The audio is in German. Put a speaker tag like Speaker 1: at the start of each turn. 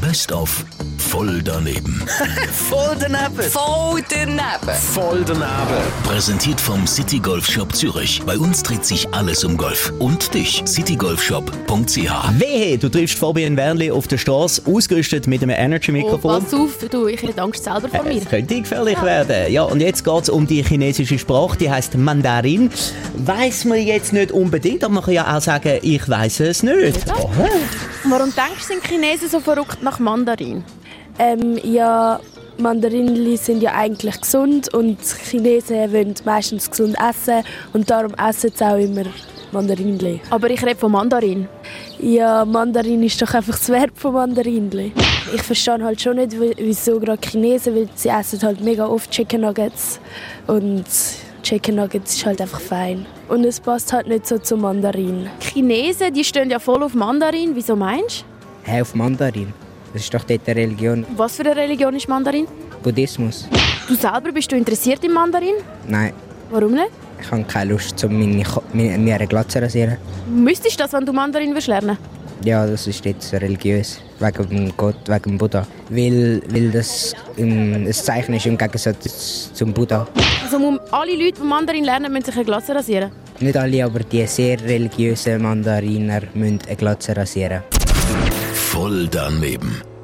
Speaker 1: Best of Voll daneben.
Speaker 2: Voll daneben!
Speaker 3: Voll daneben!
Speaker 2: Voll daneben!
Speaker 1: Präsentiert vom City Golf Shop Zürich. Bei uns dreht sich alles um Golf. Und dich, citygolfshop.ch.
Speaker 4: Wehe, du triffst Fabian Wernli auf der Straße, ausgerüstet mit einem
Speaker 5: Oh,
Speaker 4: Energy-Mikrofon.
Speaker 5: pass auf, du, ich hätte Angst selber vor mir.
Speaker 4: Es könnte gefährlich werden. Ja, und jetzt geht es um die chinesische Sprache, die heißt Mandarin. Weiß man jetzt nicht unbedingt, aber man kann ja auch sagen, ich weiß es nicht. Aha.
Speaker 5: Warum denkst du, sind Chinesen so verrückt nach Mandarin?
Speaker 6: Ähm, ja, Mandarinli sind ja eigentlich gesund und die Chinesen wollen meistens gesund essen und darum essen sie auch immer Mandarinli.
Speaker 5: Aber ich rede von Mandarin.
Speaker 6: Ja, Mandarin ist doch einfach das Verb von Mandarinli. Ich verstehe halt schon nicht, wi- wieso gerade die Chinesen, weil sie essen halt mega oft Chicken Nuggets und Chicken Nuggets ist halt einfach fein. Und es passt halt nicht so zu Mandarin.
Speaker 5: Die Chinesen, die stehen ja voll auf Mandarin. Wieso meinst
Speaker 7: Hey, auf Mandarin. Das ist doch dort eine Religion.
Speaker 5: du? Was für eine Religion ist Mandarin?
Speaker 7: Buddhismus.
Speaker 5: Du selber, bist du interessiert in Mandarin?
Speaker 7: Nein,
Speaker 5: Warum nicht?
Speaker 7: ich habe keine Lust, um meine, Ko- meine, meine Glatze zu rasieren.
Speaker 5: Müsstest du das, wenn du Mandarin willst lernen?
Speaker 7: Ja, das ist jetzt religiös. Wegen dem Gott, wegen dem Buddha. Weil, weil das ähm, ein Zeichen ist im Gegensatz zum Buddha.
Speaker 5: Also mu- alle Leute, die Mandarin lernen, müssen sich eine Glatze rasieren.
Speaker 7: Nicht alle, aber die sehr religiösen Mandariner müssen eine Glatze rasieren.
Speaker 1: Voll daneben.